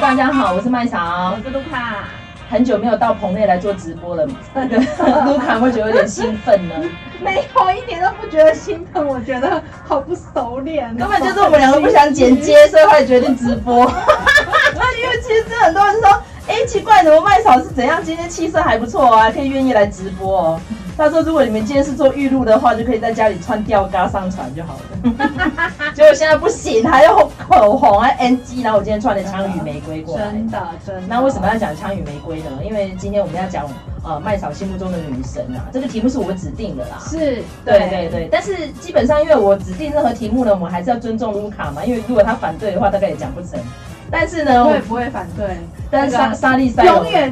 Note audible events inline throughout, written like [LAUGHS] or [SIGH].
大家好，我是麦嫂我。是卢卡，很久没有到棚内来做直播了 [LAUGHS] 嘛，那个卢卡会觉得有点兴奋呢，没有一点都不觉得心疼，我觉得好不熟练、 [LAUGHS] 根本就是我们两个不想剪 [LAUGHS] 接，所以后来决定直播。 [LAUGHS] 因为其实很多人说，哎、奇怪，怎么麦嫂是怎样？今天气色还不错啊，可以愿意来直播哦。他说，如果你们今天是做预录的话，就可以在家里穿吊嘎上传就好了。 [LAUGHS] 结果现在不行，还要口红，还 NG。然后我今天穿了 [LAUGHS] 枪与玫瑰过来。真的真的。那为什么要讲枪与玫瑰呢？因为今天我们要讲呃麦嫂心目中的女神啊，这个题目是我指定的啦。是？对对对，但是基本上因为我指定任何题目呢，我们还是要尊重卢卡嘛，因为如果他反对的话，大概也讲不成。但是呢，我我也不会反对，但那莎个莎莉赛永远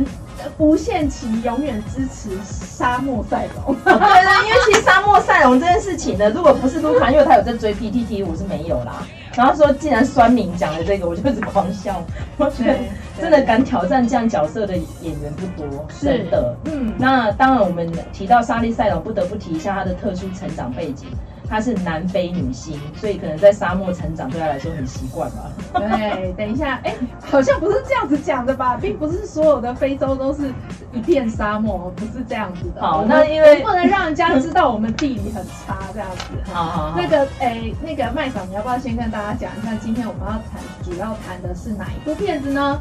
无限期，永远支持沙漠赛龙。哦对对，因为其实沙漠赛龙这件事情呢，如果不是卢卡，因为他有在追 PTT，我是没有啦。然后说，既然酸民讲了这个，我就一直狂笑。我觉得真的敢挑战这样角色的演员不多，是真的。嗯，那当然，我们提到莎莉赛龙，不得不提一下她的特殊成长背景。她是南非女星，所以可能在沙漠成长对她来说很习惯吧。对，等一下，哎、好像不是这样子讲的吧？并不是所有的非洲都是一片沙漠，不是这样子的。好我们那因为我们不能让人家知道我们地理很差这样子。好好好那个诶、那个麦嫂，你要不要先跟大家讲一下，今天我们要谈主要谈的是哪一部片子呢？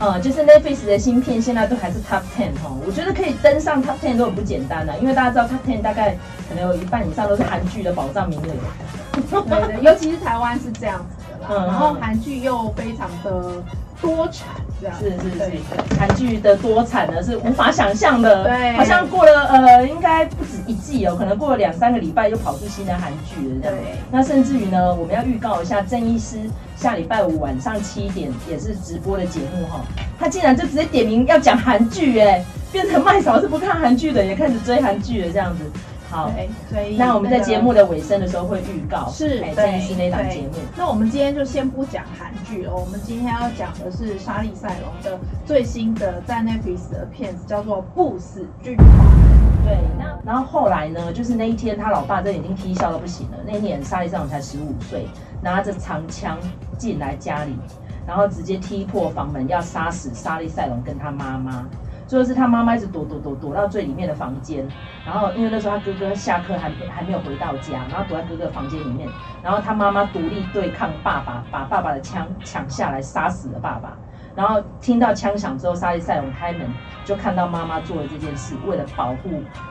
呃，就是 Netflix 的新片现在都还是 Top Ten 哈，我觉得可以登上 Top Ten 都很不简单啊啦、因为大家知道 Top Ten 大概可能有一半以上都是韩剧的保障名额。对的，尤其是台湾是这样子的啦，嗯然后韩剧又非常的多产，这样子是是对是，韩剧的多产呢是无法想象的，对好像过了呃，应该不止一季哦，可能过了两三个礼拜又跑出新的韩剧了这样。对那甚至于呢，我们要预告一下，郑医师下礼拜五晚上七点也是直播的节目哈、他竟然就直接点名要讲韩剧哎，变成麦嫂是不看韩剧的，也开始追韩剧了这样子。好，对，所以那我们在个节目的尾声的时候会预告，是哎，郑对医师那档对节目。那我们今天就先不讲韩剧哦，我们今天要讲的是莎莉赛隆的最新的在 Netflix 的片子，叫做《不死军团》。对，那然后后来呢，就是那一天他老爸真的已经踢笑到不行了。那一年沙利上才十五岁，拿着长枪进来家里，然后直接踢破房门要杀死沙利赛龙跟他妈妈。最后是他妈妈一直躲躲躲躲到最里面的房间，然后因为那时候他哥哥下课还没还没有回到家，然后躲在哥哥房间里面，然后他妈妈独立对抗爸爸，把爸爸的枪抢下来杀死了爸爸。然后听到枪响之后，沙利赛龙开门就看到妈妈做了这件事，为了保护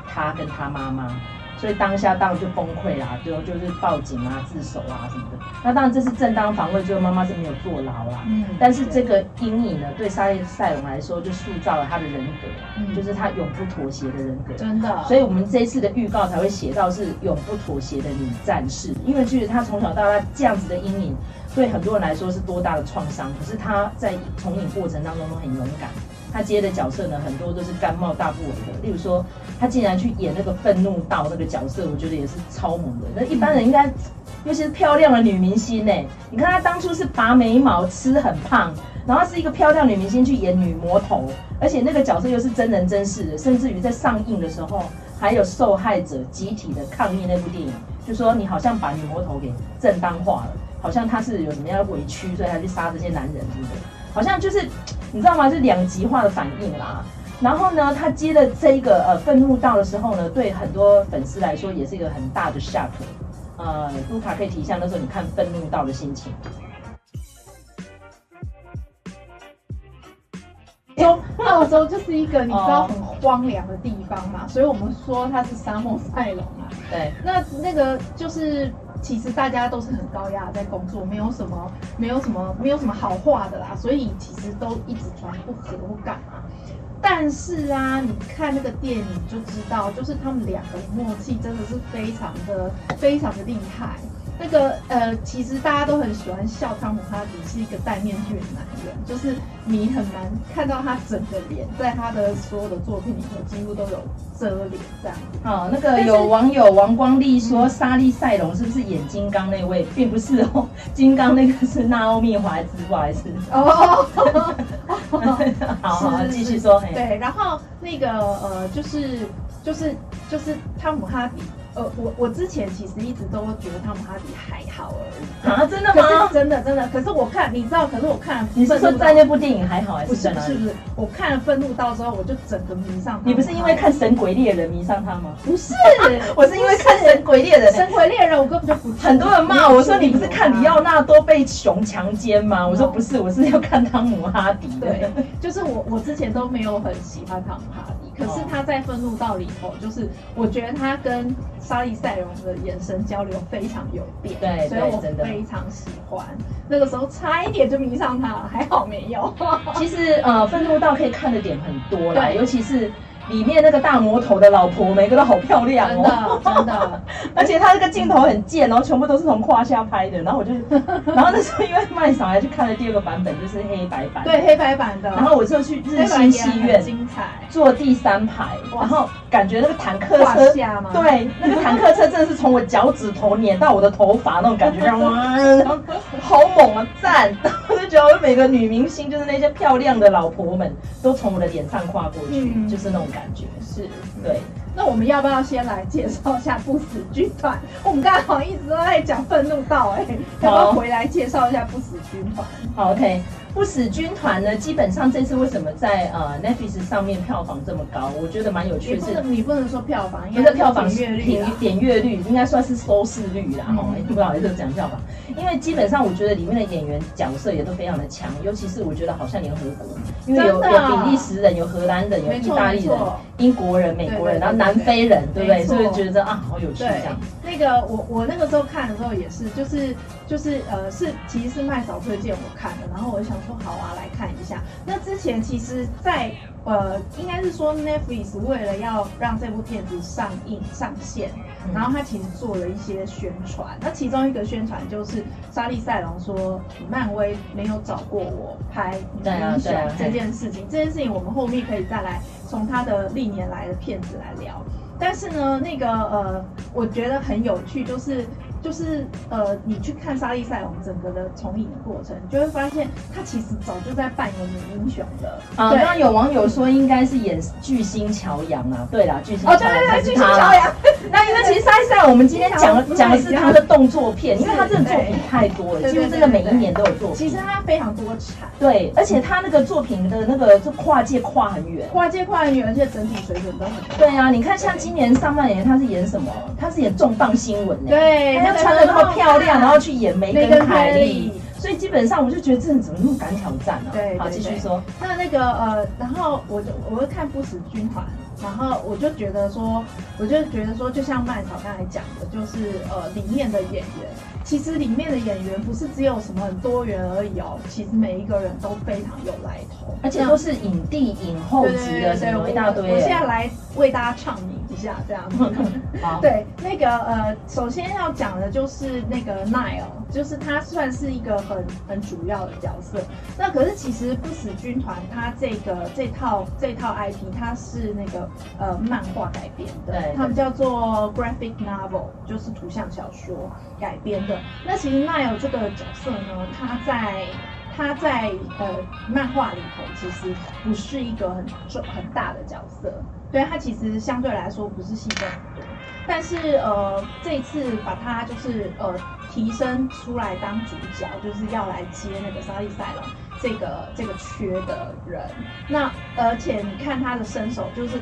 他跟他妈妈，所以当下当然就崩溃啦，最后就是报警啊、自首啊什么的。那当然这是正当防卫，最后妈妈是没有坐牢啦。嗯但是这个阴影呢，对沙利赛龙来说，就塑造了他的人格，嗯就是他永不妥协的人格。真的，所以以我们这一次的预告才会写到是永不妥协的女战士，因为其实她从小到大这样子的阴影，对很多人来说是多大的创伤。可是她在从影过程当中都很勇敢，她接的角色呢，很多都是甘冒大不韪的。例如说，她竟然去演那个愤怒道那个角色，我觉得也是超猛的。那一般人应该，尤其是漂亮的女明星呢、你看她当初是拔眉毛、吃很胖，然后是一个漂亮女明星去演女魔头，而且那个角色又是真人真事的，甚至于在上映的时候，还有受害者集体的抗议那部电影，就说你好像把女魔头给正当化了，好像她是有什么样的委屈，所以她去杀这些男人什么的，好像就是你知道吗？就是两极化的反应啦。然后呢，她接了这一个呃愤怒到的时候呢，对很多粉丝来说也是一个很大的 shock。呃，卢卡可以提一下那时候你看愤怒到的心情。中澳洲就是一个你知道哦很荒凉的地方嘛，所以我们说它是沙漠啊赛龙嘛。对，那那个就是，其实大家都是很高压地在工作，没有什么，没有什么，没有什么好话的啦，所以其实都一直传不和或干嘛。但是啊，你看那个电影就知道，就是他们两个默契真的是非常的非常的厉害。那个呃，其实大家都很喜欢笑汤姆哈迪是一个戴面具的男人，就是你很难看到他整个脸，在他的所有的作品里头几乎都有遮脸这样子。好、那个但是有网友王光利说，莎莉赛龙是不是演金刚那位？并不是哦， [LAUGHS] 金刚那个是娜奥蜜华兹，不好意思。 [LAUGHS] 哦，好好，是继续说。嘿对，然后那个呃，就是就是就是汤姆哈迪，呃，我我之前其实一直都觉得汤姆哈迪还好而已。啊，真的可 [LAUGHS] 是吗？真的真的，可是我看，你知道，可是我看了你是说愤怒到在那部电影还好，还不是是在不哪是里？不是，我看了愤怒到之后，我就整个迷上。你不是因为？看《神鬼猎人》迷上他吗？，不是 [LAUGHS] 我是因为看《神鬼猎人》神鬼猎人》，我根本就不很多人骂我说你不啊是看里奥要纳多被熊强奸吗？我说不是，我是要看汤姆哈迪的。嗯对，就是我我之前都没有很喜欢汤姆哈迪，哦可是他在愤怒到里头，就是我觉得他跟莎莉赛容的眼神交流非常有变，对所以我对真的非常喜欢。那个时候差一点就迷上他了，还好没有。其实呃，愤怒到可以看的点很多啦，对尤其是里面那个大魔头的老婆，每个都好漂亮真哦，的 [LAUGHS] 真的，而且他那个镜头很贱，然哦后全部都是从胯下拍的，然后我就， [LAUGHS] 然后那时候因为麦嫂还去看了第二个版本，就是黑白版，对，黑白版的，然后我就去日黑白新也戏很院精彩，坐第三排，哇然后感觉那个坦克胯车下吗？，对，那个坦克车真的是从我脚趾头碾到我的头发那种感觉，然 [LAUGHS] 后哇然后好猛啊，赞！我就觉得我每个女明星，就是那些漂亮的老婆们，都从我的脸上跨过去，嗯就是那种感觉。是。对，那我们要不要先来介绍一下不死军团？我们刚刚好像一直都在讲愤怒到哎、要不要回来介绍一下不死军团？好，OK。不死军团呢，基本上这次为什么在呃 Netflix 上面票房这么高？我觉得蛮有也趣的不是，能你不能说票房，觉得票房阅是率点啊点阅率应该算是收视率啦，哈、嗯不好意思讲票房，因为基本上我觉得里面的演员角色也都非常的强，尤其是我觉得好像联合国，因为有真的啊有比利时人，有荷兰人，有没意错大没利人，错。英国人、美国人，对对对然后南非人，对不对？没错所以觉得啊，好有趣对这样。，那个我我那个时候看的时候也是，就是就是呃是其实是麦嫂推荐我看的，然后我就想说好啊来看一下。那之前其实在，呃应该是说 Netflix 为了要让这部片子上映上线，嗯然后他其实做了一些宣传，那其中一个宣传就是莎莉赛隆说漫威没有找过我拍女对啊英雄对啊这件事情，这件事情我们后面可以再来从他的历年来的片子来聊。但是呢，那个呃，我觉得很有趣，就是就是呃，你去看莎莉赛隆整个的从影的过程，你就会发现她其实早就在扮演女英雄了。啊，对刚刚有网友说应该是演巨星乔洋啊，对啦，巨星哦，乔对洋对才对，是巨星他乔啦。洋，那因为其实赛赛，我们今天讲不的太讲的是一样他的动作片，因为是他真的作品太多了，对对几乎对真的每一对对年都有作品。其实她非常多产，对，而且他那个作品的那个就跨界跨很远。跨界跨越，而且整体水准都很高。对啊，你看像今年上半年他是演什么？他是演重磅新闻呢、对，他就穿的那么漂亮，然后去演梅梅根根凯凯利利，。所以基本上我就觉得这人怎么那么敢挑战啊？对好，对继对续说。那那个呃，然后我就我会看不死军团，然后我就觉得说，我就觉得说，就像麦草刚才讲的，就是呃里面的演员，其实里面的演员不是只有什么很多元而已哦，其实每一个人都非常有来头，而且都是影帝、影后级的，什么一大堆啊我。我现在耶。来为大家唱名一下，这样。好，对，那个呃，首先要讲的就是那个 Nile，就是他算是一个很很主要的角色。那可是其实不死军团它这个这套这套 IP 它是那个呃漫画改编对的，他们叫做 graphic novel，就是图像小说改编的。那其实 Nile 这个角色呢，他在他在呃漫画里头其实不是一个很重很大的角色，对他其实相对来说不是戏份很多。但是呃，这一次把他就是呃提升出来当主角，就是要来接那个莎莉赛隆这个这个缺的人。那而且你看他的身手，就是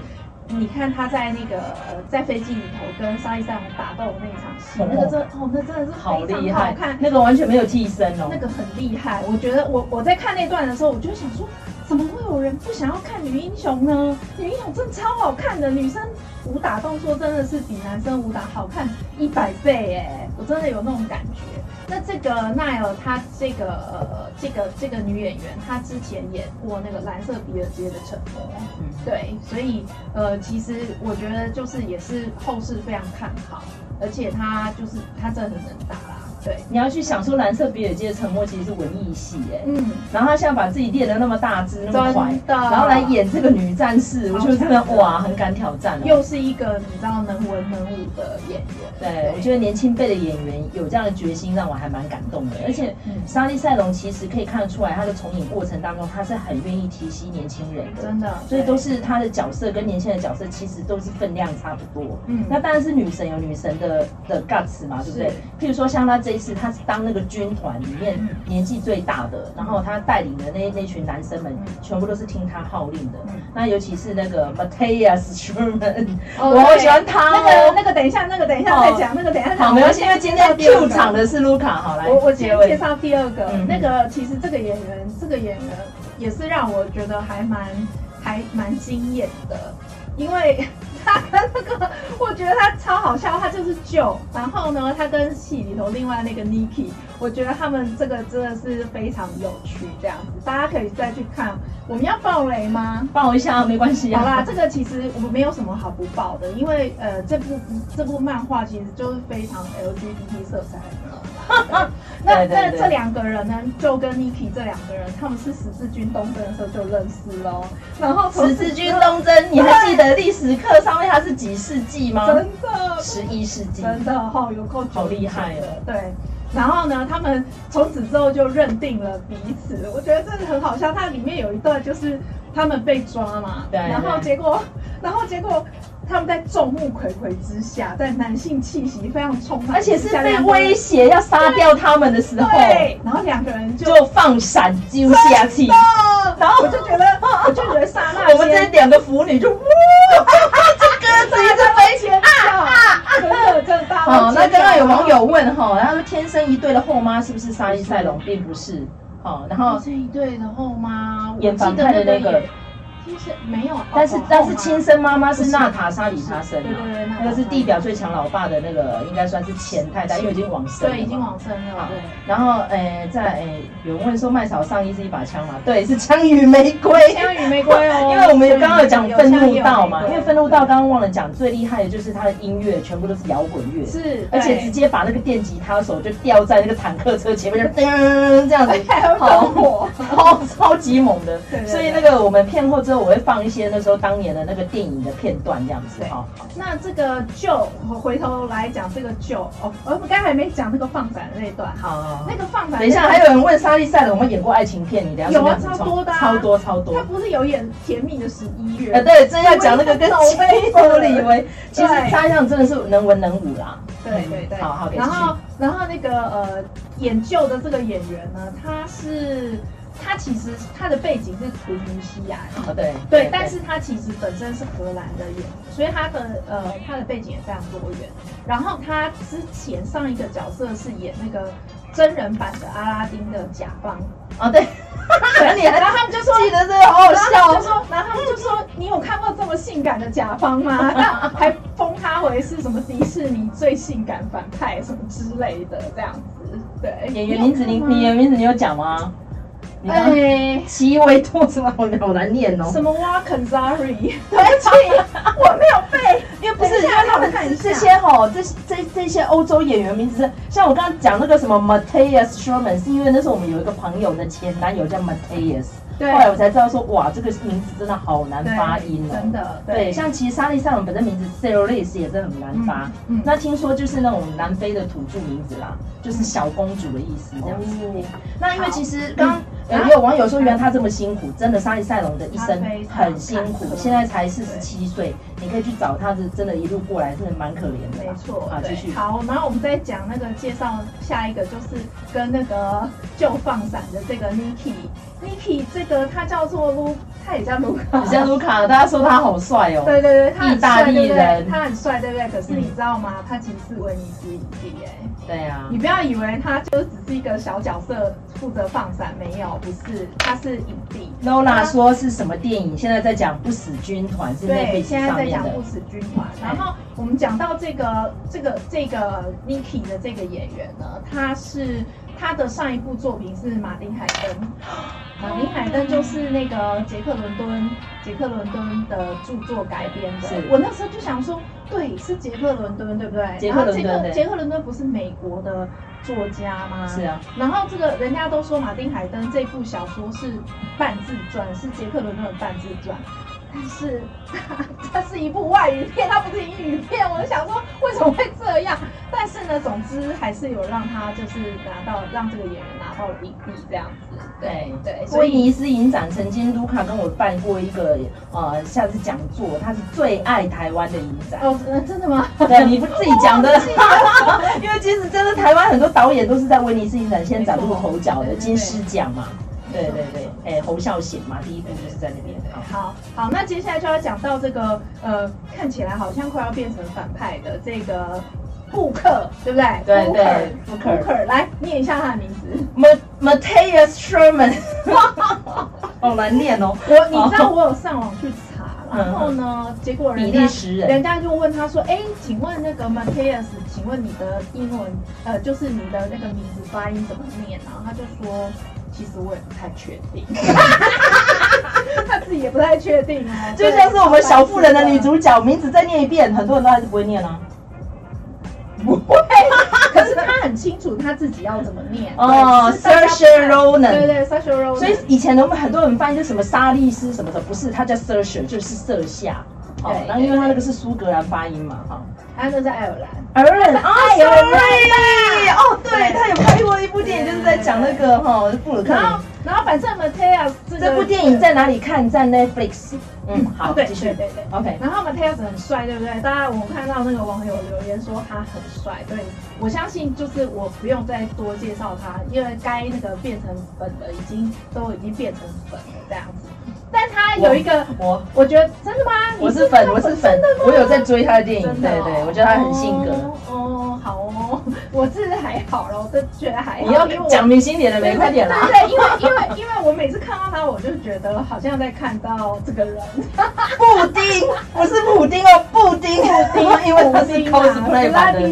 你看他在那个呃在飞机里头跟莎莉赛隆打斗的那一场戏，哦那个真的哦，那真的是好非厉常好害看，，那个完全没有替身哦那。个很厉害。我觉得我我在看那段的时候，我就想说，怎么会有人不想要看女英雄呢？女英雄真的超好看的，女生武打动作真的是比男生武打好看一百倍哎，我真的有那种感觉。那这个奈尔她这个呃这个这个女演员，她之前演过那个《蓝色比尔街的沉默》，嗯对，所以呃，其实我觉得就是也是后世非常看好，而且他就是他真的很能打啦，对，你要去想说蓝色比尔街的沉默其实是文艺系哎、嗯，然后他现在把自己练得那么大只那么快真，的然后来演这个女战士，我觉得真的哇，很敢挑战、哦。又是一个你知道能文能武的演员。对，我觉得年轻辈的演员有这样的决心，让我还蛮感动的。而且嗯莎莉赛隆其实可以看得出来，她的从影过程当中，她是很愿意提携年轻人的，真的，所以都对是她的角色跟年轻人的角色其实都是分量差不多。嗯那当然是女神有女神的的 guts 嘛，对不对是？譬如说像她这一次，她是当那个军团里面嗯年纪最大的，然后她带领的那那群男生们嗯全部都是听她号令的嗯。那尤其是那个 Matthias Sherman，[LAUGHS] 哦我好喜欢他那哦个。那个，等一下，那个等一下哦再讲，那个等一下再讲。好，没关系，因为今天 Q 场的是卢卡，好来，我我今天结尾介绍第二个嗯，那个其实这个演员，这个演员也是让我觉得还蛮还蛮惊艳的，因为 [LAUGHS] 他跟那个我觉得他超好笑，他就是 Joe，然后呢，他跟戏里头另外那个 Niki，我觉得他们这个真的是非常有趣，这样子，大家可以再去看。我们要爆雷吗？帮我一下，没关系啊。 [LAUGHS] 好啦，这个其实我们没有什么好不报的，因为呃，这部这部漫画其实就是非常 LGBT 色彩很浓啦。对 [LAUGHS] 那对对这对这两个人呢，就跟 Niki 这两个人，他们是十字军东征的时候就认识喽。然后从十字军东征，你还记得历史课上面它是几世纪吗？真的十一世纪。真的哈、哦，有够久好厉害哦的，对。然后呢，他们从此之后就认定了彼此，我觉得真的很好笑。它里面有一段就是他们被抓嘛，对然后对结果， [LAUGHS] 然后结果他们在众目睽睽之下，在男性气息非常充满，而且是被威，胁要杀掉他们的时候，对，然后两个人就就放闪揪下去。然后我就 [LAUGHS] 觉得，我就觉得刹那间，我们这两个腐女就 [LAUGHS] 哇，这歌子一直飞起来。啊啊， [LAUGHS] 真的真的大家都哦，那尖叫刚刚有网友问哈，他说天生一对的后妈是不是莎莉赛隆？并不是。哦，然后这一对的后妈，我演记反得派的那那个也，其实没有，但是哦但是亲生妈妈不是是娜塔莎里莎生对对对啊，娜塔莎那个是地表最强老爸的那个，应该算是前太太，因为已经往生了嘛对已经。往生了， [LAUGHS] 对。啊然后，诶，在诶，有人问说麦草上衣是一把 [LAUGHS] 枪吗？对，是枪与玫瑰。香与玫瑰哦，因为我们刚刚有讲愤怒道嘛，因为愤怒道刚刚刚忘了讲，最厉害的就是他的音乐全部都是摇滚乐，是，而且直接把那个电吉他手就吊在那个坦克车前面，就噔这样子，还有好灯火，超超级猛的对，对所以那个我们片后之后，我会放一些那时候当年的那个电影的片段这样子对哈。 [LAUGHS] 那这个旧，我回头来讲这个旧哦，我们刚才没讲那个放闪的那一段，好好，好那个放闪，等一下还有人问莎莉赛的，我们演过爱情片，你等一下有啊顺便补充超多的啊超多超多他。不是有演《甜蜜的十一月呃，》？对，真要讲那个跟我也基是走弗背里后维，其实对莎莉真的是能文能武啦。对对对，好好，给然继续后然后那个呃演旧的这个演员呢，他是他其实他的背景是突尼西亚人。哦对对，但是他其实本身是荷兰的演员，所以他的呃他的背景也非常多元。然后他之前上一个角色是演那个真人版的阿拉丁的甲方，哦对，对 [LAUGHS] 你还然后他们就说。记得这个好好然后他们就笑。哦说，然后他们就说，你有看过这么性感的甲方 [LAUGHS] 吗？那还封他为是什么迪士尼最性感反派什么之类的这样子。对，演员名字你你演有员名字你有讲吗？你啊看刚吗刚哎，戚薇多什么？我好难念哦。什么 w a k a n z a r i 对不起，我没有背， [LAUGHS] 因为不是，等一因下为他们哎让我看一下这些吼，这这这些欧洲演员名字是，像我刚刚讲那个什么 Matthias Sherman，是因为那时候我们有一个朋友的前男友叫 Matthias，对后来我才知道说，哇，这个名字真的好难对发音哦。真的对，像其实莎莉赛隆本身名字 s e r o l i s 也真的很难发。嗯嗯那听说就是那种南非的土著名字啦，就是小公主的意思这样子。哦那因为其实刚嗯呃也有网友说，原来她这么辛苦，真的莎莉赛隆的一生很辛苦她非常坎坷，现在才四十七岁，你可以去找她是真的，一路过来真的蛮可怜的没啦。错，好，对继续。好，然后我们再讲那个介绍下一个，就是跟那个就放闪的这个 Niki。Niki 这个他叫做卢，他也叫卢卡，比较卢卡，大家说他好帅哦。 [LAUGHS] 对对对，他很意大帅，利对不对人？嗯他很帅，对不对？可是你知道吗？他其实是威尼斯影帝哎，对啊你，不要以为他就只是一个小角色负责放闪，没有，不是，他是影帝。 Lola 说是什么电影？现在在讲不死军团，是那对，辈现在上在面讲的不。死军团。然后我们讲到这个这个这个 Niki 的这个演员呢，他是他的上一部作品是马丁海登，马丁海登就是那个杰克伦敦杰克伦敦的著作改编的是。我那时候就想说，对，是杰克伦敦，对不对？杰克伦敦然后杰对克杰克伦敦不是美国的作家吗？是啊，然后这个人家都说马丁海登这部小说是半自传，是杰克伦敦的半自传，但是它它是一部外语片，它不是英语片。我就想说为什么会这样？但是呢，总之还是有让他就是拿到让这个演员拿到了影帝这样子。对对，所威以尼斯影展曾经卢卡跟我办过一个呃，下次讲座，他是最爱台湾的影展。哦，真真的吗？ [LAUGHS] 对，你不自己讲的， [LAUGHS] 因为其实真的台湾很多导演都是在威尼斯影展先崭露头角的，没错金狮奖嘛，对对对对对，哎、侯孝贤嘛，第一部就是在那边。好好好，那接下来就要讲到这个呃，看起来好像快要变成反派的这个布克，对不对？对对布布克克，布克，来念一下他的名字。 ，Ma- Matthias [LAUGHS] Sherman，好难念哦，我你知道我有上网去查，嗯然后呢，结果比人利家时人人家就问他说，哎，请问那个 Matthias，请问你的英文呃，就是你的那个名字发音怎么念？然后他就说，其实我也不太确 [LAUGHS] 定。他自己也不太确定 [LAUGHS] 哦，就像是我们小妇人的女主角，名字再念一遍，很多人都还是不会念啊。不会可是他很清楚他自己要怎么念哦 s e r s h e Ronan。对对 s a s h a Ronan，所以以前的我们很多人翻译就什么莎莉丝什么的，不是，它叫 s e r s h 就是色下。哦对，然后因为它那个是苏格兰发音嘛，哈。安德在爱尔兰， a r o n 啊爱尔兰，sorry，哦，对对他有拍过一部电影，就是在讲那个哈布鲁克然林后。然后反正 Matthias 这个哦这部电影在哪里看？在 Netflix。嗯，好，对继对续。对对。 OK，然后 Matthias 很帅，对不对？大家我看到那个网友留言说他很帅，对我相信就是我不用再多介绍他，因为该那个变成粉的已经都已经变成粉了这样子。但他有一个，我我觉得真的吗？你我是粉，我是粉真的吗，我有在追他的电影，真对的哦、对，我觉得他很性格。哦。哦，好哦，我是还好了，我都觉得还好。你要因为我讲明星点了没？快点啦！对对，因为因为因为我每次看到他，我就觉得好像在看到这个人。布丁 [LAUGHS] 不是普丁哦，布丁，啊 [LAUGHS] 啊因为他是 cosplay 版的。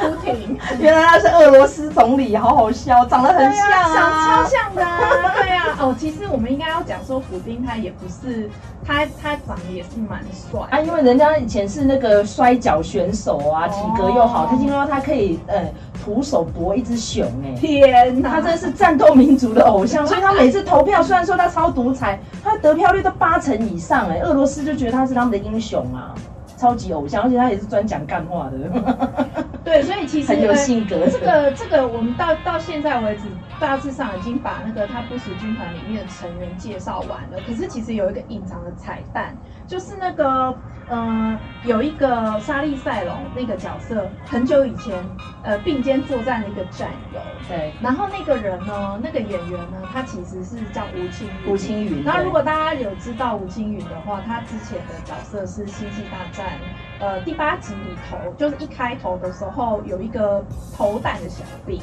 不停，原来他是俄罗斯总理，好好笑，长得很像 [LAUGHS] 对啊，长超啊。像的啊，对啊。哦，其实我们应该要讲说，普丁他也不是，他他长得也是蛮啊，帅。因为人家以前是那个摔跤选手啊，哦体格又好，他听说他可以呃徒手搏一只熊、 [LAUGHS] 哎，天他哪，真的是战斗民族的偶像，所以他每次投票虽然说他超独裁，他得票率都八成以上、哎，俄罗斯就觉得他是他们的英雄啊，超级偶像，而且他也是专讲干话的，对，所以其实很有呢性格。这个这个，我们到到现在为止，大致上已经把那个他不死军团里面的成员介绍完了。可是其实有一个隐藏的彩蛋，就是那个呃，有一个莎莉赛隆那个角色，很久以前呃并肩作战的一个战友。对然后那个人呢，那个演员呢，他其实是叫吴青吴青云，然后，如对果大家有知道吴青云的话，他之前的角色是《星际大战》呃第八集里头，就是一开头的时候有一个投弹的小兵，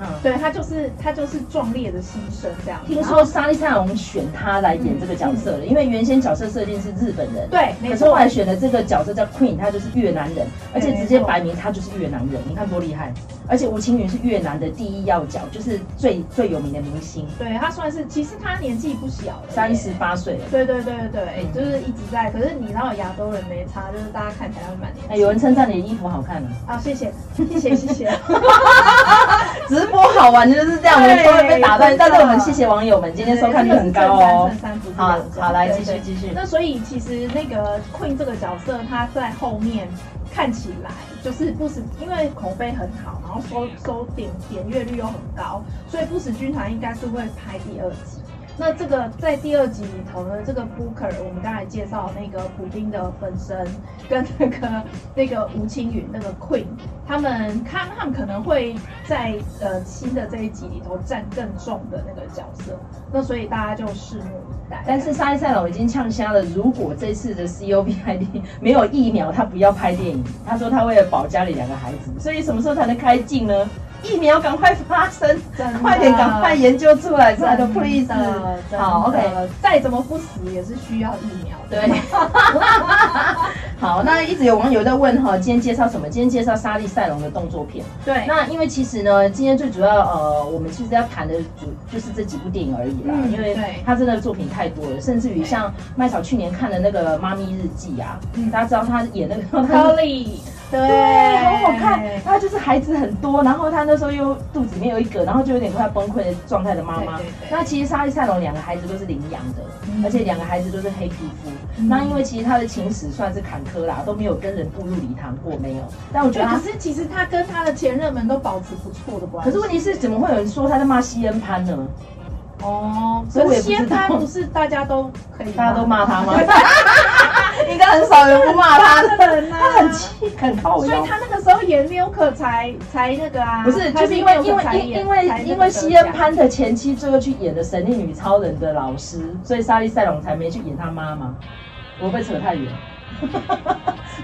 嗯。对他就是他就是壮烈的牺牲这样。听然后说莎莉赛隆选他来演这个角色了，因为原先角色设定是日本人，，对，没可是后错，来选的这个角色叫 Queen，他就是越南人，而且直接没错摆明他就是越南人，你看多厉害！而且吴青云是越南的第一要角，就是最最有名的明星，对他算是其实他年纪不小了，三十。八岁了。对对对对对，嗯就是一直在。可是你知道亚洲人没差，就是大家看起来都蛮年轻。哎，有人称赞你的衣服好看啊，啊，谢谢谢谢谢谢。 [LAUGHS] 直播好玩就是这样，我对们稍微被打断，真的但是我们谢谢网友们今天收看率很高哦对。这个是正三正三不是好两，三好来对继对续继续。那所以其实那个 Queen 这个角色，他在后面看起来就是不死，因为口碑很好，然后收收点点阅率又很高，所以不死军团应该是会拍第二集。那这个在第二集里头呢，这个 Booker 我们刚才介绍那个普丁的分身跟那个那个吴青云那个 Queen，他们看他们可能会在呃新的这一集里头占更重的那个角色，那所以大家就拭目以待。但是莎莉赛隆已经呛瞎了，如果这次的 [LAUGHS] COVID 没有疫苗，他不要拍电影。他说他为了保家里两个孩子，所以什么时候才能开镜呢？疫苗赶快发生，真的快点赶快研究出来，真的真 please。的好真的 OK，再怎么不死也是需要疫苗的。对，好，那一直有网友在问哈，今天介绍什么？今天介绍沙利赛隆的动作片。对，那因为其实呢，今天最主要呃，我们其实要谈的主就是这几部电影而已啦，嗯因为对他真的作品太多了，甚至于像麦草去年看的那个《妈咪日记》啊，嗯大家知道他演那 [LAUGHS] 个高丽，对对，很好看。她就是孩子很多，然后她那时候又肚子里面有一个，然后就有点快崩溃的状态的妈妈对对对。那其实莎莉·赛隆两个孩子都是领养的，嗯而且两个孩子都是黑皮肤。嗯那因为其实她的情史算是坎坷啦，都没有跟人步入礼堂过，没有。但我觉对得她哎可，是其实他跟他的前任们都保持不错的关可系。是问题是，怎么会有人说她在骂西恩潘呢？哦，所以我可也是不知道先拍不是大家都可 [LAUGHS] 以，大家都骂她吗？ [LAUGHS] 应该很少人不骂 [LAUGHS] 她的，人啊她很气，很靠所以腰。他那个时候演 Milk 才才那个啊，不是，他就是因为因 Milk 才为因演因为才那个因为得西恩奖潘的前妻最后去演了《神力女超人》的老师，所以莎莉赛隆才没去演她妈妈。我会不会扯太 [LAUGHS] 远？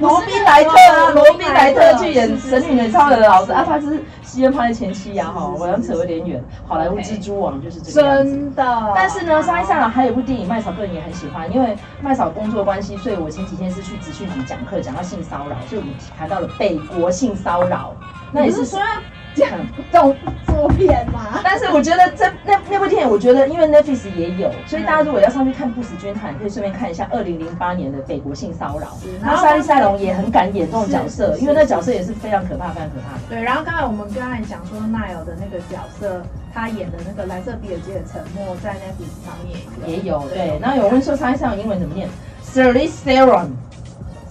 罗宾莱特啊，罗宾莱特去演《神力女超人》的老师啊，他是西恩潘的前妻呀，是是哈，是我要扯有点远。好莱坞 OK 蜘蛛网就是这个样子。真的。哦但是呢，莎莉赛朗还有一部电影，麦嫂个人也很喜欢，因为麦嫂工作关系，所以我前几天是去职训局讲课，讲到性骚扰，所以我们谈到了北国性骚扰。那也你是是说要讲动作片吗？但是我觉得这那那部电影，我觉得因为 Netflix 也有，所以大家如果要上去看不死军团，你可以顺便看一下二零零八年的北国性骚扰是。然后莎莉赛隆也很敢演这种角色，是是因为那角色也是非常可怕、非常可怕的。 [LAUGHS] 对，然后刚才我们刚才讲说奈尔的那个角色，他演的那个蓝色比尔街的沉默，在 Netflix 上面也有对，然后有人说莎莉赛隆英文怎么念 s h i r l e y Theron。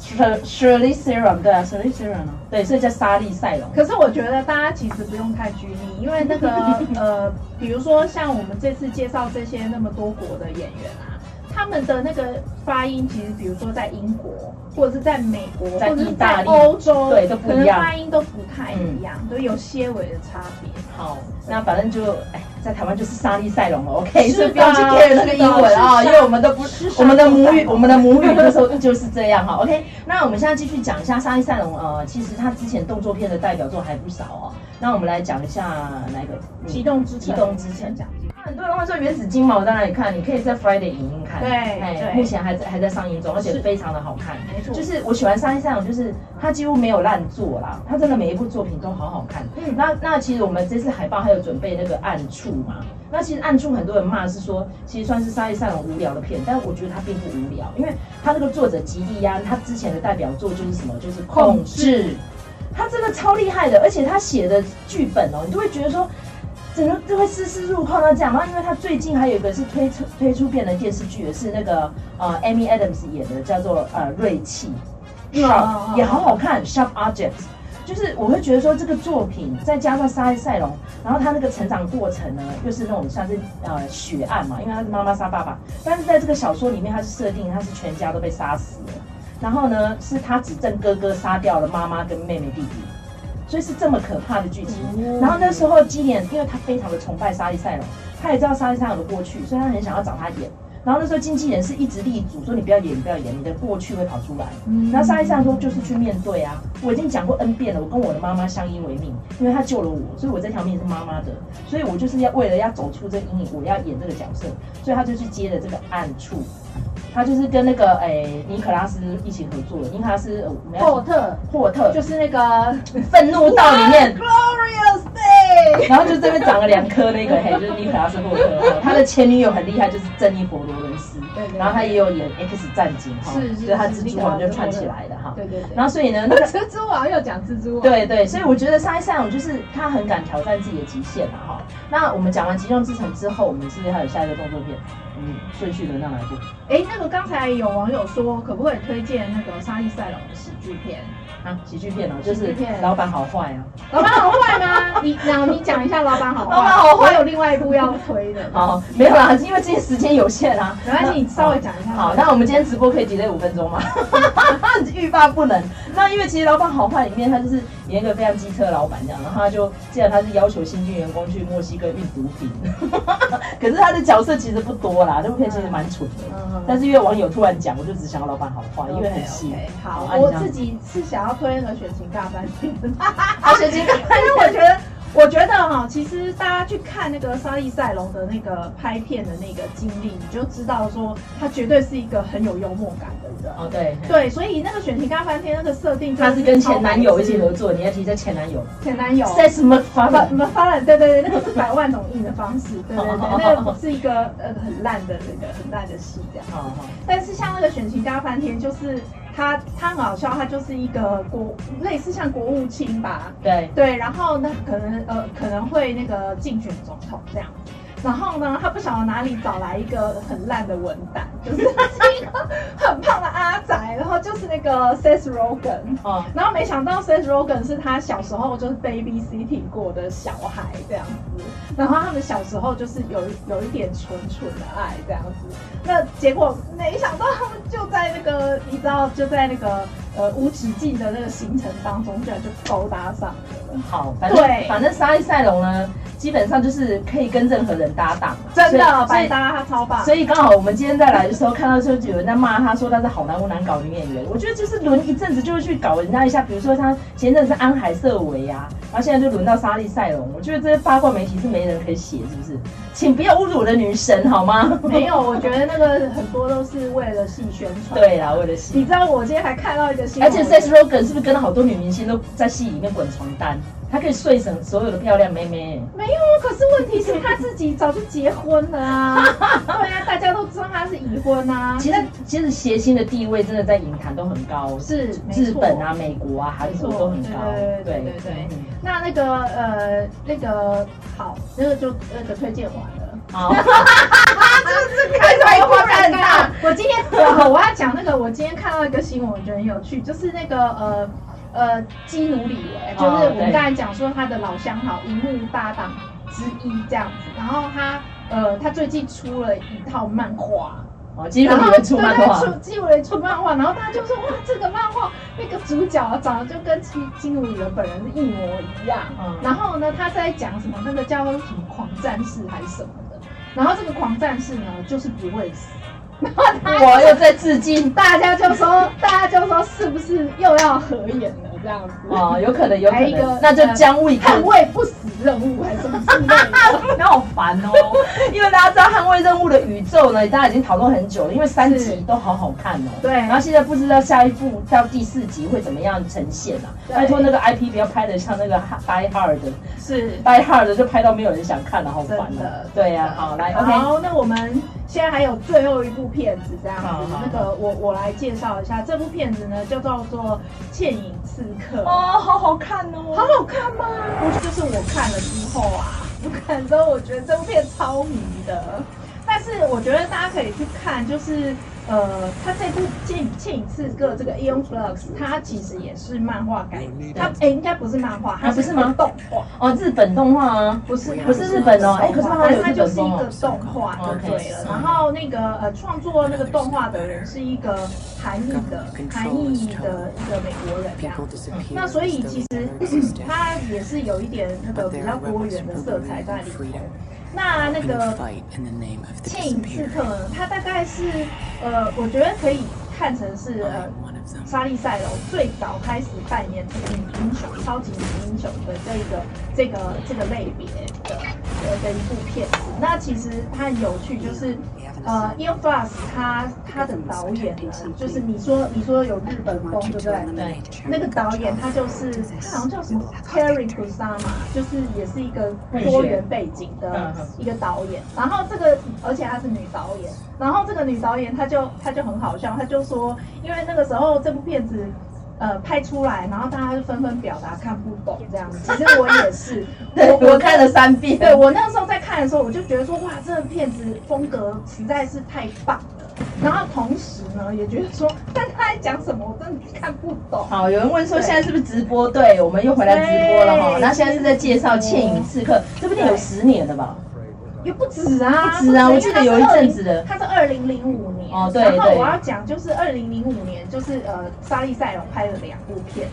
s h i r l e y Theron，对啊 s h i r l e y Theron 啊，对，所以叫莎莉赛隆。可是我觉得大家其实不用太拘泥，因为 [LAUGHS] 那个呃，比如说像我们这次介绍这些那么多国的演员啊，他们的那个发音其实，比如说在英国，或者是在美国，在或者是意大在利欧洲，对都不一样嗯可能发音都不太一样，都有些微的差别。好，那反正就哎，在台湾就是莎莉赛隆了，OK，是的所以不要去 care 那个英文啊，是因的为我们都不是，我们的母莎莉赛语，隆我们的母语就是就是这样哈，OK。那我们现在继续讲一下莎莉赛隆，呃，其实他之前动作片的代表作还不少哦。那我们来讲一下哪一个？嗯激动之激城，动之城讲。很多人会说《原始金毛》在哪里看？你可以在 Friday 影音看，哎对对目前还在还在上映中，而且是非常的好看。没错就是我喜欢莎莉赛隆，就是他几乎没有烂作啦，他真的每一部作品都好好看。嗯那那其实我们这次海报还有准备那个暗处嘛，那其实暗处很多人骂是说，其实算是莎莉赛隆无聊的片，但我觉得他并不无聊，因为他那个作者吉利安，他之前的代表作就是什么，就是控控制。他真的超厉害的，而且他写的剧本哦，你就会觉得说，整个就会丝丝入扣到这样。然后，因为他最近还有一个是推出推出变成电视剧的，是那个呃 Amy Adams 演的，叫做呃锐气嗯嗯，Sharp 嗯也好好看，Sharp Objects。就是我会觉得说这个作品，再加上莎莉赛隆，然后他那个成长过程呢，又是那种像是呃血案嘛，因为他是妈妈杀爸爸，但是在这个小说里面，他是设定他是全家都被杀死了，然后呢是他只剩哥哥杀掉了妈妈跟妹妹弟弟，所以是这么可怕的剧情。哦然后那时候基点，因为他非常的崇拜莎莉赛隆，他也知道莎莉赛隆的过去，所以他很想要找他演。然后那时候经纪人是一直力主说你不要演，你不要演，你的过去会跑出来。嗯然后莎莉赛隆说就是去面对啊，我已经讲过 N 遍了，我跟我的妈妈相依为命，因为她救了我，所以我这条命是妈妈的，所以我就是要为了要走出这个阴影，我要演这个角色，所以他就去接了这个暗处。他就是跟那个诶、尼可拉斯一起合作的，尼可拉斯、呃、我们霍要特霍特就就是那个愤怒到里面 Glorious [LAUGHS] Day，然后就这边长了两颗那个，嘿，就是尼可拉斯霍特，他的前女友很厉害，就是珍妮佛罗伦斯，对对然后他也有演 X 战警哈，是是所以他是蜘尼蛛可网拉就斯串霍特起来的哈，对对对。然然后所以呢，那个后蜘蛛网又讲蜘蛛网，对对，所以我觉得沙溢赛勇就是他很敢挑战自己的极限了哈。那我们讲完《极重之城》之后，我们是不是还有下一个动作片？嗯，顺序轮到哪一部？哎，那个刚才有网友说，可不可以推荐那个莎莉赛隆的喜剧片？啊，喜剧片哦，就喜剧是片老板好坏啊。老板好坏吗？ [LAUGHS] 你然后你讲一下老板好坏。老板好坏我有另外一部要推的。哦，没有啦，因为今天时间有限啊。没关系，你稍微讲一下。好，那我们今天直播可以 delay 五分钟吗？ [LAUGHS] 欲罢不能。那因为其实《老板好坏》里面，他就是演一个非常机车的老板这样，然后他就既然他是要求新进员工去墨西哥运毒品， [LAUGHS] 可是他的角色其实不多啦，这部片其实蛮蠢的。嗯但是因为网友突然讲，我就只想要《老板好坏》，因为很 OK，OK，细。哦好啊，我你讲自己是想要推那个《选情大翻篇》，啊，学姐， [LAUGHS] 但是我觉得我觉得哈，其实大家去看那个沙利塞隆的那个拍片的那个经历，你就知道说他绝对是一个很有幽默感的 [LAUGHS] 人。哦，对，对，所以那个选题咖翻天那个设定，他是跟前男友一起合作，你要提这前男友前男友 s e s m a f a 啊发发展，对对对，那个是百万种印的方式，对对对，那个是一个呃很烂的那个很烂的事这样。好好，但是像那个选情大翻天，就是他他很好笑，他就是一个国类似像国务卿吧，对，对，然后呢可能呃可能会那个竞选总统这样。然后呢，他不晓得哪里找来一个很烂的文胆，就是他是一个很胖的阿宅，然后就是那个 Seth Rogen，哦，然后没想到 Seth Rogen 是他小时候就是 baby sitting 过的小孩这样子，然后他们小时候就是有有一点纯纯的爱这样子，那结果没想到他们就在那个你知道就在那个呃无止境的那个行程当中，居然就勾搭上了，好，反正对反正沙利塞隆呢，基本上就是可以跟任何人搭档，啊真所的以百搭，他超棒，所以刚好我们今天再来的时候，看到就有人在骂他说他是好莱坞难搞女演员。我觉得就是轮一阵子就会去搞人家一下，比如说他前阵子是安海瑟薇啊，然后现在就轮到莎莉赛隆。我觉得这些八卦媒体是没人可以写，是不是？请不要侮辱我的女神好吗？ [LAUGHS] 没有，我觉得那个很多都是为了戏宣传。，对啦，为了戏。你 [LAUGHS] 知道我今天还看到一个新而闻，且 Seth Rogen 是不是跟了好多女明星都在戏里面滚床单？他可以睡醒所有的漂亮妹妹。没有，啊可是问题是他自己早就结婚了啊。 [LAUGHS] 对啊，大家都知道他是已婚啊。其实，其实谐星的地位真的在影坛都很高，是日本。没啊、错美国啊、韩国没错都很高。对对对对对嗯那那个呃，那个好，那个就那个推荐完了。好，啊开始火山很大大。我今天我我要讲那个，我今天看到一个新闻，我觉得很有趣，就是那个呃呃基努里维，就是哦我对们刚才讲说他的老相好，荧幕搭档之一这样子。然后他呃他最近出了一套漫画。 [LAUGHS] 哦，基本你们出漫画对，对出基努里维出漫画，然后大家就说哇，这个漫画那个主角啊长得就跟基基努里维本人是一模一样。嗯然后呢，他在讲什么那个叫什么狂战士还是什么的，然后这个狂战士呢就是不会死，然后他我又在致敬大家就说大家就说是不是又要合演了这样子？哦，有可能，有可还有一个能，那就姜卫捍看，卫不死任务还是什么之 [LAUGHS] 类的。 [LAUGHS] 你好烦哦， [LAUGHS] 因为大家知道《捍卫任务》的宇宙呢，大家已经讨论很久了，因为三集是都好好看哦。对然后现在不知道下一部到第四集会怎么样呈现啊？对拜托那个 IP 不要拍的像那个《Die Hard》的，《是 Die Hard》就拍到没有人想看了，好烦哦真的。对呀，好来，OK，好，那我们现在还有最后一部片子这样好子好，那个我我来介绍一下这部片子呢，就叫做《倩影刺客》。哦，好好看好哦。好看吗？我就是我看了之后啊， [LAUGHS] 我看了之后我觉得这部片超迷的，但是我觉得大家可以去看，就是呃，它这部《剑剑影刺客》这个 Eon Flux，它其实也是漫画改，它哎、应该不是漫画，它啊不是吗一个动画。哦，日本动画啊，不是不是日本哦哎可是它有日本它就是一风个哦动画就对 OK 了。然后那个呃，创作那个动画的人是一个韩裔的韩裔的一个美国人这样。那那所所以以其其实实它也是有一点那个的比比较较多多元元的的色色彩彩在在里里头头。。那那那个个《倩倩影影刺刺客客》呢，它大概是呃，我觉得可以看成是呃沙利塞隆最早开始扮演这个女英雄、超级女英雄的这一个这个这个类别的呃的一部片子。那其实它很有趣，就是呃 e o f a s 他他的导演呢，就是你说你说有日本风，对不对？对那个导演他就是他好像叫什么 Terry Kusama，就是也是一个多元背景的嗯一个导演。然后这个而且她是女导演，然后这个女导演她就她就很好笑，她就说，因为那个时候这部片子。呃，拍出来，然后大家就纷纷表达看不懂这 [LAUGHS] 样子。其实我也是，我我我看了三遍。对我那时候在看的时候，我就觉得说，哇，这个片子风格实在是太棒了。然后同时呢，也觉得说，但他在讲什么，我真的看不懂。好，有人问说现在是不是直播？对，我们又回来直播了哈。对那现在是在介绍《倩影刺客》这部电影有对十年了吧？也不止啊，不止啊不我记得有一阵子的它是二零零五年。哦对然后对我要讲就是二零零五年，就是呃，沙利塞隆拍了两部片，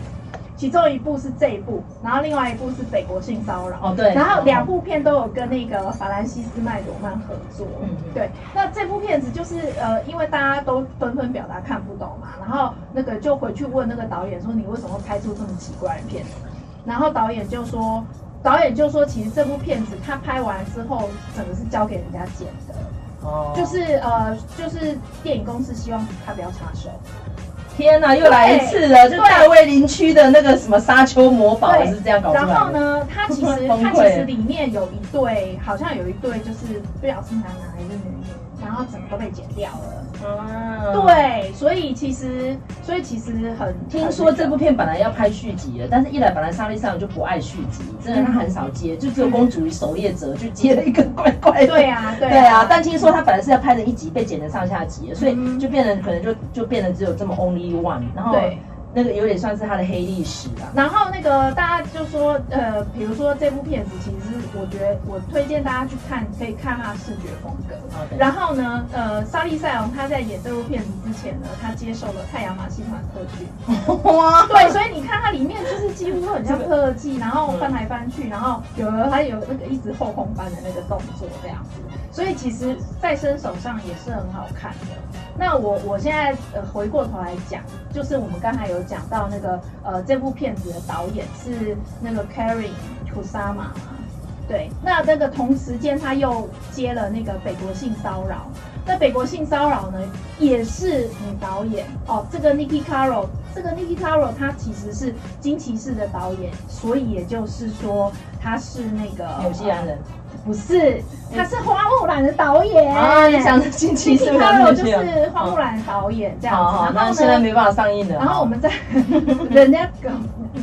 其中一部是这一部，然后另外一部是《北国性骚扰》。哦，对。然后两部片都有跟那个法兰西斯麦朵曼合作，嗯对。那这部片子就是呃，因为大家都纷纷表达看不懂嘛，然后那个就回去问那个导演说，你为什么会拍出这么奇怪的片子？然后导演就说，导演就说，其实这部片子他拍完之后，整个是交给人家剪的，哦，就是呃，就是电影公司希望他不要插手。天哪，又来一次了，对就大卫林区的那个什么沙丘魔堡对是这样搞出来的。然后呢，他其 [LAUGHS] 实崩溃他其实里面有一对，好像有一对就是不晓得是男男还是女女，然后整个都被剪掉了。啊，对，所以其实所以其实很听说这部片本来要拍续集了，但是一来本来莎莉上就不爱续集，真的她很少嗯接，就只有《公主与守夜者》就接了一个怪怪的。对啊对对啊，但听说她本来是要拍成一集，被剪成上下集了，所以嗯就变成可能就就变成只有这么 only one，然后对。啊那个有点算是她的黑历史啊啦。然后那个大家就说，呃，比如说这部片子，其实我觉得我推荐大家去看，可以看它的视觉风格。 OK 然后呢，呃，莎莉塞隆她在演这部片子之前呢，她接受了太阳马戏团特训。哇， [LAUGHS] 对，所以你看它里面就是几乎都很像特技，然后翻来翻去，然后有的还有那个一直后空翻的那个动作这样子，所以其实在身手上也是很好看的。那我我现在呃回过头来讲，就是我们刚才有讲到那个呃这部片子的导演是那个 Karen Kusama 嘛，对，那那个同时间他又接了那个北国性骚扰，那北国性骚扰呢，也是女导演哦。这个 Nikki Caro，这个 Nikki Caro 她其实是金骑士的导演，所以也就是说她是那个呃纽西兰人不是，她是花木兰的导嗯演啊，你想的近期 Nikki 是不 [LAUGHS] 是 Caro 纽就西兰是花木兰导演这样啊好子。好，然那后现呢在没办法上映了。然后我 [LAUGHS] 们再，人家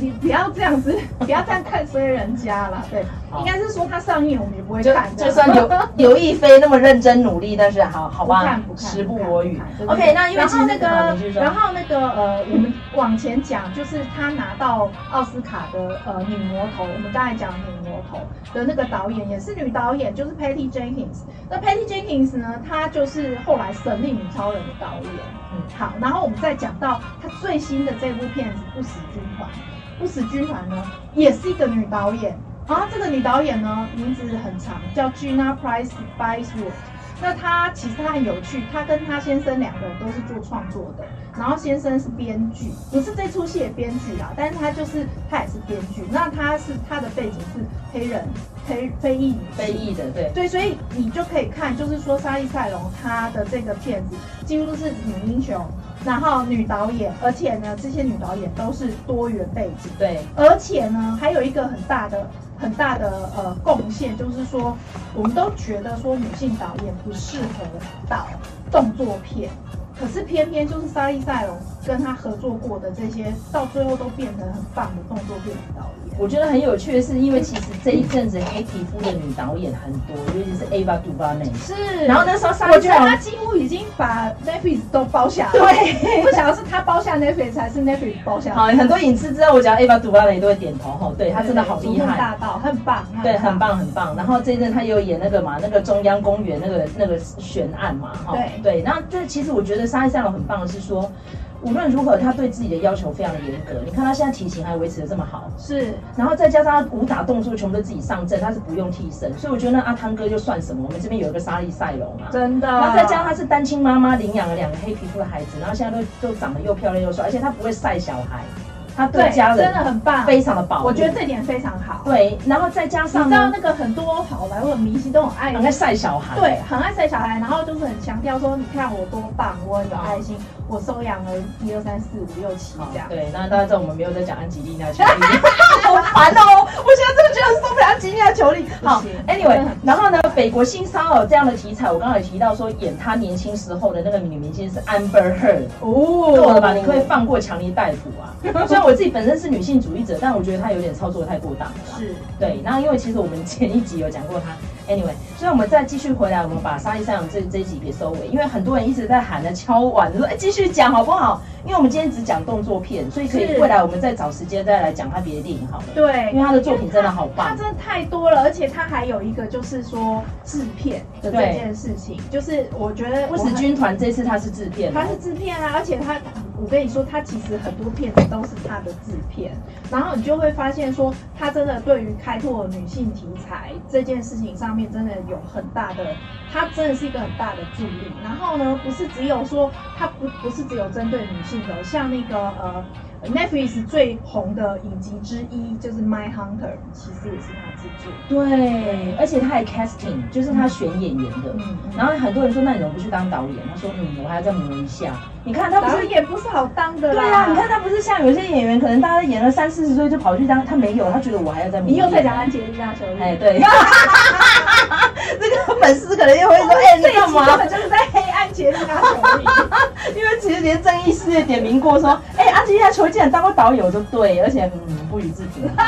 你不要这样子，不要这样 [LAUGHS] 看衰人家啦。对，好应该是说他上映我们也不会就看的。就算刘 [LAUGHS] 刘亦菲那么认真努力，但是好好不吧看不，看时不看我与看对。对 OK，对那因为然其后实那好你继续个，说然后那个呃，我们往前讲，就是他拿到奥斯卡的呃女魔头，我们刚才讲女魔头的那个导演也是女导演，就是 Patty Jenkins。那 Patty Jenkins 呢，她就是后来《神力女超人》的导演。嗯嗯，好，然后我们再讲到她最新的这部片子《不死军团》。不死军团呢，也是一个女导演。然后这个女导演呢，名字很长，叫 Gina Price b i s w o o d 那她其实她很有趣，她跟她先生两个人都是做创作的，然后先生是编剧，不是这出戏的编剧啦，但是她就是她也是编剧。那她是她的背景是黑人黑非裔女性非议的，对，对，所以你就可以看，就是说莎莉塞隆她的这个片子几乎都是女英雄，然后女导演，而且呢，这些女导演都是多元背景，对，而且呢，还有一个很大的、很大的呃贡献，就是说，我们都觉得说女性导演不适合导动作片，可是偏偏就是莎莉塞隆跟她合作过的这些，到最后都变成很棒的动作片导演。我觉得很有趣的是，因为其实这一阵子黑皮肤的女导演很多，尤其是 Ava DuVernay。是，然后那时候莎我莉觉得塞他隆，几乎已经把 Netflix 都包下了。对，不晓得是他包下 Netflix 还是 Netflix 包下。好，很多影痴知道我讲 Ava DuVernay 都会点头吼，对她真的好厉竹梦害。大道很棒，她对，很。棒很棒。然后这一阵她有演那个嘛，那个中央公园那个那个悬案嘛，哈对对。那这其实我觉得莎莉塞隆很棒的是说，无论如何她对自己的要求非常的严格。你看她现在体型还维持的这么好，是，然后再加上他武打动作全部都自己上阵，他是不用替身，所以我觉得那阿汤哥就算什么，我们这边有一个莎莉赛龙啊。真的。然后再加上他是单亲妈妈领养了两个黑皮肤的孩子，然后现在都都长得又漂亮又帅，而且他不会晒小孩，他对对家真的人很棒，非常的保护。我觉得这点非常好。对，然后再加你上知道呢，那个很多好莱坞的明星都很爱很爱晒小孩，对，很爱晒小孩，然后就是很强调说，你看我多棒，我很有爱心，我收养了一二三四五六七好这样。哦对，那当然这我们没有在讲安吉丽娜裘丽，好烦哦！我现在真的觉得受不了安吉丽娜裘丽。好不行，Anyway，真的很然后呢，北国性骚扰这样的题材，我刚刚有提到说，演她年轻时候的那个女明星是 Amber Heard，哦够了吧？你可以放过强尼戴普啊！ [LAUGHS] 虽然我自己本身是女性主义者，但我觉得她有点操作得太过当了啦。是对，那因为其实我们前一集有讲过他。Anyway，所以我们再继续回来，我们把沙利赛扬这这一集给收尾，因为很多人一直在喊着敲碗，说哎继续讲好不好？因为我们今天只讲动作片，所以可以是未来我们再找时间再来讲他别的电影好了。对，因为他的作品真的好他棒。真的太多了，而且他还有一个就是说制片的这件事情，就是我觉得不死军团这次他是制片我哦，很他是制片啊，而且他我跟你说，他其实很多片子都是他的制片，然后你就会发现说，他真的对于开拓女性题材这件事情上面真的有很大的，他真的是一个很大的助力。然后呢，不是只有说他不不是只有针对女性的，像那个呃。 Netflix 最红的影集之一就是《My Hunter》，其实也是他制作。对，而且他还 casting，就是他选演员的。嗯，然后很多人说，那你怎么不去当导演？他说，嗯，我还要再磨一下。你看他不导是，演不是好当的对啦。啊，你看，他不是像有些演员，可能大家演了三四十岁就跑去当，他没有，他觉得我还要再磨。你又在讲安吉丽娜·裘哎，丽，对。 [LAUGHS] 那个粉丝可能又会说，哎、你干根嘛本？就是在黑暗杰丽啊娜·裘丽。因为其实连郑义师也点名过说，哎、安吉丽娜·裘丽竟然当过导游，就对，而且嗯不予置评。 [LAUGHS]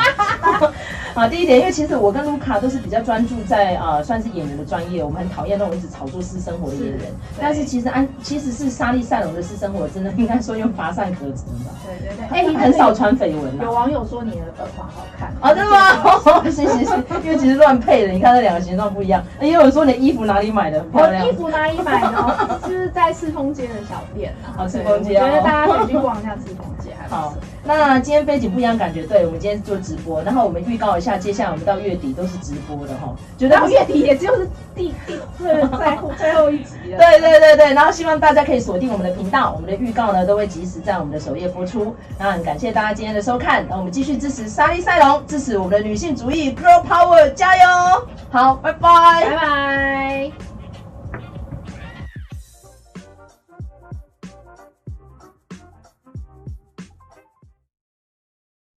好，第一点，因为其实我跟卢卡都是比较专注在呃，算是演员的专业，我们很讨厌那种一直炒作私生活的演员是。但是其实安其实是莎莉·塞隆的私生活，真的应该说用乏善可陈吧。对对对，哎、哎，你你很少传绯闻有啊？网友说你的耳环好看哦，对吗？ [LAUGHS] 行行行，因为其实乱配的，你看这两个形状不一样。也有人说你的衣服哪里买的，很漂亮我衣。服哪里买 [LAUGHS] 呢？哦就是在四通街的小店啊。哦对四通街哦我觉得大家可以去逛一下四通街，还不好错。，那今天背景不一样，感觉对我们今天做直播，然后我们预告一下，接下来我们到月底都是直播的哈，绝对然不后是。月底也就是第第最在乎最后一集了。对对对对，然后希望大家可以锁定我们的频道，我们的预告呢都会及时在我们的首页播出。那很感谢大家今天的收看，那我们继续支持莎莉赛龙，支持我们的女性主义 Girl Power，加油！好，拜拜拜拜。